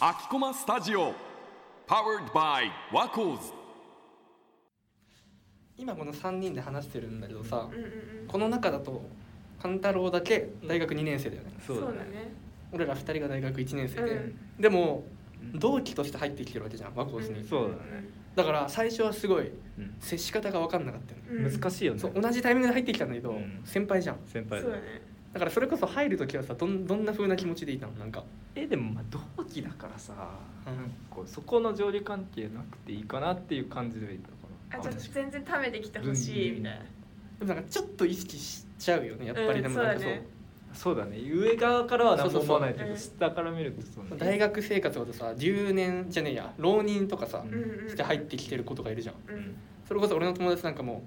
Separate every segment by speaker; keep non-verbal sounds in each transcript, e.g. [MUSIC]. Speaker 1: アキコマスタジオ Powered by ワコーズ
Speaker 2: 今この3人で話してるんだけどさ、
Speaker 3: うんうんうん
Speaker 2: この中だと勘太郎だけ大学2年生だよね、
Speaker 3: そうだね
Speaker 2: 俺ら2人が大学1年生で、
Speaker 3: うん
Speaker 2: でも
Speaker 4: うん
Speaker 2: 同期として入ってきてるわけじゃん和光市に、
Speaker 4: そうだね
Speaker 2: だから最初はすごい
Speaker 4: うん
Speaker 2: 接し方が分かんなかったよね、
Speaker 3: うん
Speaker 4: 難しいよね
Speaker 2: そう同じタイミングで入ってきたんだけど、
Speaker 4: うん
Speaker 2: 先輩じゃん
Speaker 4: 先
Speaker 3: そ
Speaker 4: 輩
Speaker 3: うだね
Speaker 2: だからそれこそ入る時はさどんどんな風な気持ちでいたのなんか
Speaker 4: えでもまあ同期だからさ、
Speaker 2: うん
Speaker 4: なんかこうそこの上下関係なくていいかなっていう感じでいいのか
Speaker 3: あ
Speaker 4: な
Speaker 3: ちょっと全然食べてきてほしいみたいな
Speaker 2: でもなんかちょっと意識しちゃうよねやっぱりで
Speaker 3: うん
Speaker 2: も
Speaker 3: そう
Speaker 2: なん
Speaker 3: だ
Speaker 2: かそう,、
Speaker 3: ね
Speaker 4: そうだね上側からは何も思わないけど
Speaker 3: そうそう
Speaker 4: 下から見るとそうね
Speaker 2: 大学生活だとさ留年じゃねえや浪人とかさ、
Speaker 3: う
Speaker 4: う
Speaker 3: んうん
Speaker 2: して入ってきてる子とかいるじゃん
Speaker 3: うん
Speaker 2: それこそ俺の友達なんかも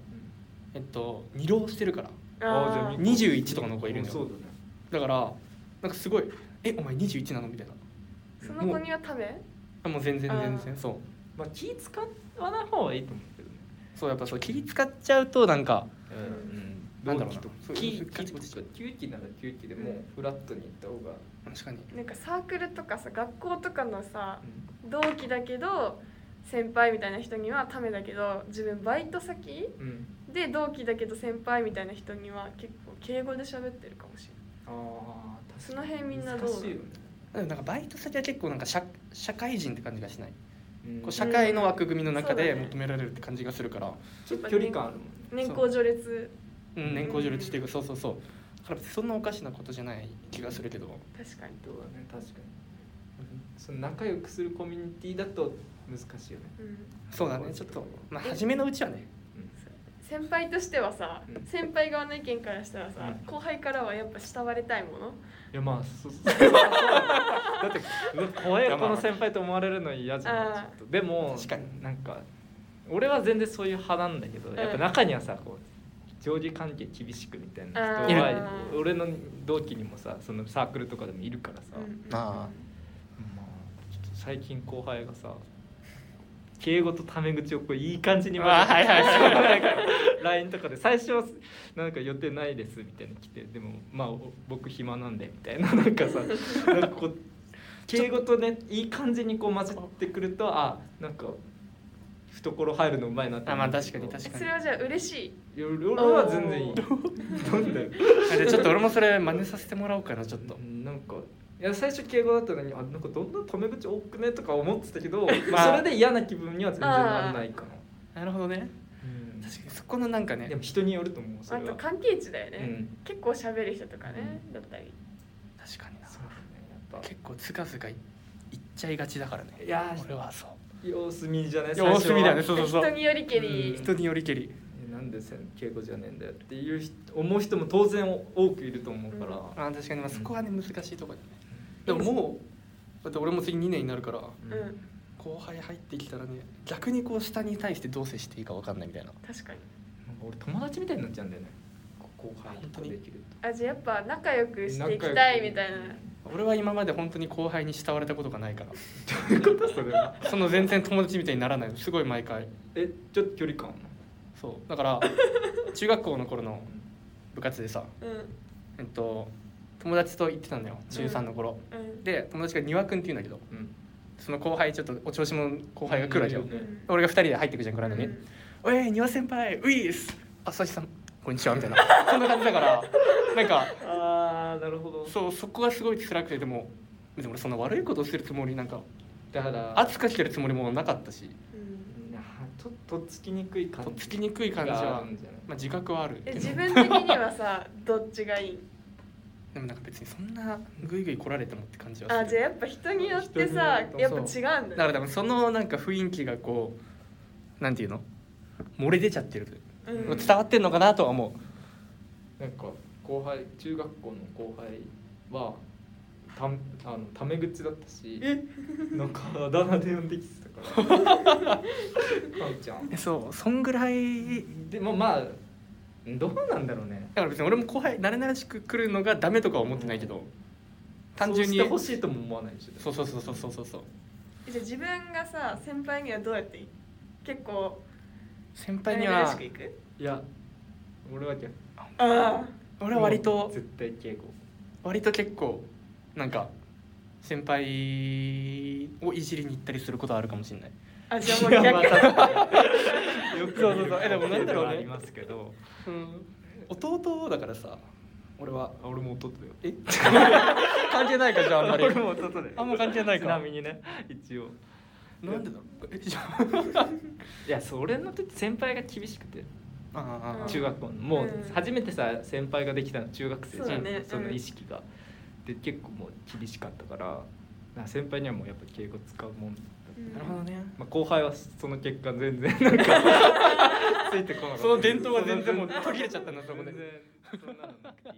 Speaker 2: うえっと二浪してるから
Speaker 4: あじゃあ
Speaker 3: あー
Speaker 2: 21とかの子いるんだよ
Speaker 4: そうだね
Speaker 2: だからなんかすごい「えお前21なの?」みたいな
Speaker 3: その子には食べ
Speaker 2: あもう全然
Speaker 3: あー
Speaker 2: 全然そう
Speaker 4: まあ気使わない方がいいと思うけどね
Speaker 2: そうやっぱそう気使っちゃうとなんか
Speaker 4: う
Speaker 2: なんんだろ
Speaker 4: 同
Speaker 2: う
Speaker 4: 期
Speaker 2: な
Speaker 4: とか
Speaker 2: そう
Speaker 4: 気
Speaker 2: そう
Speaker 4: 気使って休期なら休期でもうフラットに行った方が
Speaker 2: 確かに
Speaker 3: なんかサークルとかさ学校とかのさ
Speaker 4: うん
Speaker 3: 同期だけど先輩みたいな人にはためだけど自分バイト先
Speaker 4: うん
Speaker 3: で同期だけど先輩みたいな人には結構敬語で喋ってるかもしれない
Speaker 4: ああ確かに
Speaker 3: その辺みんなどう
Speaker 4: 難しいよね
Speaker 2: でもなんかバイト先は結構なんか社社会人って感じがしない
Speaker 4: うん
Speaker 2: こう社会の枠組みの中で
Speaker 3: うんそうだね
Speaker 2: 求められるって感じがするから、
Speaker 4: ちょっと距離感あるもんね
Speaker 3: 年功序列
Speaker 2: うん、年功序列していくそうそうそうだから別にそんなおかしなことじゃない気がするけど
Speaker 3: 確かに
Speaker 4: そうだね確かにその仲良くするコミュニティだと難しいよね
Speaker 3: うん
Speaker 2: そうだねちょっとまあ
Speaker 3: え
Speaker 2: 初めのうちはね
Speaker 3: 先輩としてはさ
Speaker 4: うん
Speaker 3: 先輩側の意見からしたらさ
Speaker 4: うん
Speaker 3: 後輩からはやっぱ慕われたいもの
Speaker 4: いやまあそう [LAUGHS] だってうわ怖い
Speaker 2: いや
Speaker 4: よ
Speaker 2: ま
Speaker 4: こ
Speaker 2: あ
Speaker 4: の先輩と思われるの嫌じゃ
Speaker 3: あ
Speaker 4: な
Speaker 3: ー
Speaker 4: いちょっとでも
Speaker 2: 確かに
Speaker 4: なんか俺は全然そういう派なんだけど、
Speaker 3: ん
Speaker 4: やっぱ中にはさこう上下関係厳しくみたいな
Speaker 3: あ
Speaker 4: 人
Speaker 3: ー
Speaker 4: は俺の同期にもさそのサークルとかでもいるからさ、
Speaker 3: うん
Speaker 2: あ
Speaker 4: まあちょっと最近後輩がさ敬語とタメ口をこういい感じに混ぜて
Speaker 2: あはいはい
Speaker 4: なんか [LAUGHS] LINE とかで最初はなんか予定ないですみたいに来てでもまあお僕暇なんでみたいな [LAUGHS] なんかさなんかこう敬語とねいい感じにこう混ぜてくるとあなんか懐入るのうまいなって
Speaker 2: あ
Speaker 4: 思
Speaker 2: ま
Speaker 4: う
Speaker 2: あ
Speaker 4: んだ
Speaker 2: 確
Speaker 4: け
Speaker 2: か
Speaker 4: ど
Speaker 2: に確か
Speaker 3: そ
Speaker 2: に
Speaker 3: れはじゃあ嬉しい
Speaker 4: いや俺は全然いい
Speaker 2: [LAUGHS]
Speaker 3: お
Speaker 4: なんだよ
Speaker 2: あでちょっと俺もそれ真似させてもらおうかなちょっと
Speaker 4: うんなんかいや最初敬語だったのにあなんかどんどんタメ口多くねとか思ってたけ [LAUGHS] ど、まあ、それで嫌な気分には全然ならないかな、
Speaker 2: なるほどね
Speaker 4: うん
Speaker 2: 確かにそこのなんかね
Speaker 4: でも人によると思うそ
Speaker 3: あ
Speaker 4: れは
Speaker 3: と関係値だよ
Speaker 4: う
Speaker 3: ね
Speaker 4: ん
Speaker 3: 結構喋る人とかねだったり
Speaker 2: 確かにな
Speaker 4: そうだねやっ
Speaker 2: 結構つかずかい言っちゃいがちだからね
Speaker 4: ぱいや
Speaker 2: 俺はそう
Speaker 4: ー様子見じゃない
Speaker 2: 様子見だねそうそうそう
Speaker 3: 人によりけり
Speaker 4: うん
Speaker 2: 人によりけり
Speaker 4: えなんでせん敬語じゃねえんだよっていう人思う人も当然多くいると思うから、
Speaker 2: あー確かにまあそこはね難しいところだねで
Speaker 3: うん
Speaker 2: ももうだって俺も次2年になるから
Speaker 3: ん
Speaker 2: 後輩入ってきたらね逆にこう下に対してどう接していいか分かんないみたいな
Speaker 3: 確かに
Speaker 4: なんか俺友達みたいになっちゃうんだよねこ後輩
Speaker 2: 本当に
Speaker 4: できる
Speaker 3: あじゃあやっぱ仲良く
Speaker 4: と
Speaker 3: していきたいみたいな
Speaker 2: 俺は今まで本当に後輩に慕われたことがないか [LAUGHS]
Speaker 4: どういうことそれは
Speaker 2: らその全然友達みたいにならないのすごい毎回
Speaker 4: えちょっと距離感
Speaker 2: そうだから中学校の頃の部活でさ
Speaker 3: うん
Speaker 2: えっと友達と行ってたんだよ中3の頃、
Speaker 3: うん
Speaker 2: で友達が丹羽君っていうんだけど
Speaker 4: うん
Speaker 2: その後輩ちょっとお調子者の後輩が来るわけよ、
Speaker 4: うん
Speaker 3: うん
Speaker 2: 俺が2人で入ってくじゃんグラウンドに、
Speaker 3: うん
Speaker 2: おい丹羽先輩ウィース朝日さんこんにちは
Speaker 3: [LAUGHS]
Speaker 2: みたいなそんな感じだからなんか
Speaker 4: ああなるほど
Speaker 2: そうそこがすごい辛くてでもでも俺そんな悪いことをしてるつもりなんか
Speaker 4: だから
Speaker 2: 扱してるつもりもなかったし
Speaker 3: うん
Speaker 4: なちょっととっつきにくい感
Speaker 2: と
Speaker 4: じ
Speaker 2: っつきにくい感じ
Speaker 4: があ
Speaker 2: は
Speaker 4: る、んじゃない
Speaker 2: まあ、自覚はある
Speaker 3: え
Speaker 2: けど
Speaker 3: 自分的にはさどっちがいい
Speaker 2: でもなんか別にそんなグイグイ来られてもって感じ
Speaker 3: あ
Speaker 2: はす
Speaker 3: じゃ
Speaker 2: る
Speaker 3: あやっぱ人によってさ
Speaker 4: 人に
Speaker 3: や
Speaker 4: よる
Speaker 3: っ
Speaker 4: と
Speaker 3: ぱ違うん
Speaker 2: だか
Speaker 3: だね
Speaker 2: ら多分そのなんか雰囲気がこうなんていうの漏れ出ちゃってる
Speaker 3: うん
Speaker 2: 伝わってんのかなとは思
Speaker 4: なんか後輩中学校の後輩はたあのタメ口だったしなんかあだ名で呼んできてたからかんちゃん
Speaker 2: うそうそんぐらい
Speaker 4: でもまあどうなんだろうね
Speaker 2: だから別に俺も後輩慣れ慣れしく来るのがダメとかは思ってないけど単純に
Speaker 4: そうしてほしいとも思わないでしょ
Speaker 2: そうそうそうそうそうそうそう
Speaker 3: じゃあ自分がさ先輩にはどうやっていい結構
Speaker 2: 先輩に
Speaker 3: 珍し
Speaker 2: は
Speaker 3: くいく
Speaker 4: いや俺は逆
Speaker 3: ああ
Speaker 2: 俺は割
Speaker 4: もう
Speaker 2: と
Speaker 4: 絶対敬語
Speaker 2: 割と結構なんか先輩をいじりに行ったりすることはあるかもしれない
Speaker 3: あじゃあもう逆 [LAUGHS]
Speaker 4: よく
Speaker 2: そうそうそうえでもなんだろうね
Speaker 4: ありますけど
Speaker 2: うん弟だからさ俺は
Speaker 4: あ俺も弟だよ
Speaker 2: え [LAUGHS] 関係ないかじゃああんまり
Speaker 4: 俺も弟だよ
Speaker 2: あんま関係ないか
Speaker 4: ちなみにね一応
Speaker 2: なんでだろうえ [LAUGHS] じゃ
Speaker 4: いやそれの時先輩が厳しくて
Speaker 2: ああ
Speaker 3: うん
Speaker 2: あ
Speaker 4: 中学校のも
Speaker 3: う
Speaker 4: う
Speaker 3: ん
Speaker 4: 初めてさ先輩ができたの中学生じゃん
Speaker 3: そうだね
Speaker 4: その意識が、で結構もう厳しかったからなんか先輩にはもうやっぱ敬語使うもんだった、
Speaker 3: うん
Speaker 2: なるほどね
Speaker 4: まあ、後輩はその結果全然なんかついてこなかった
Speaker 2: その伝統が全然もう途切れちゃったなそこで
Speaker 4: 全然そんなのなくていい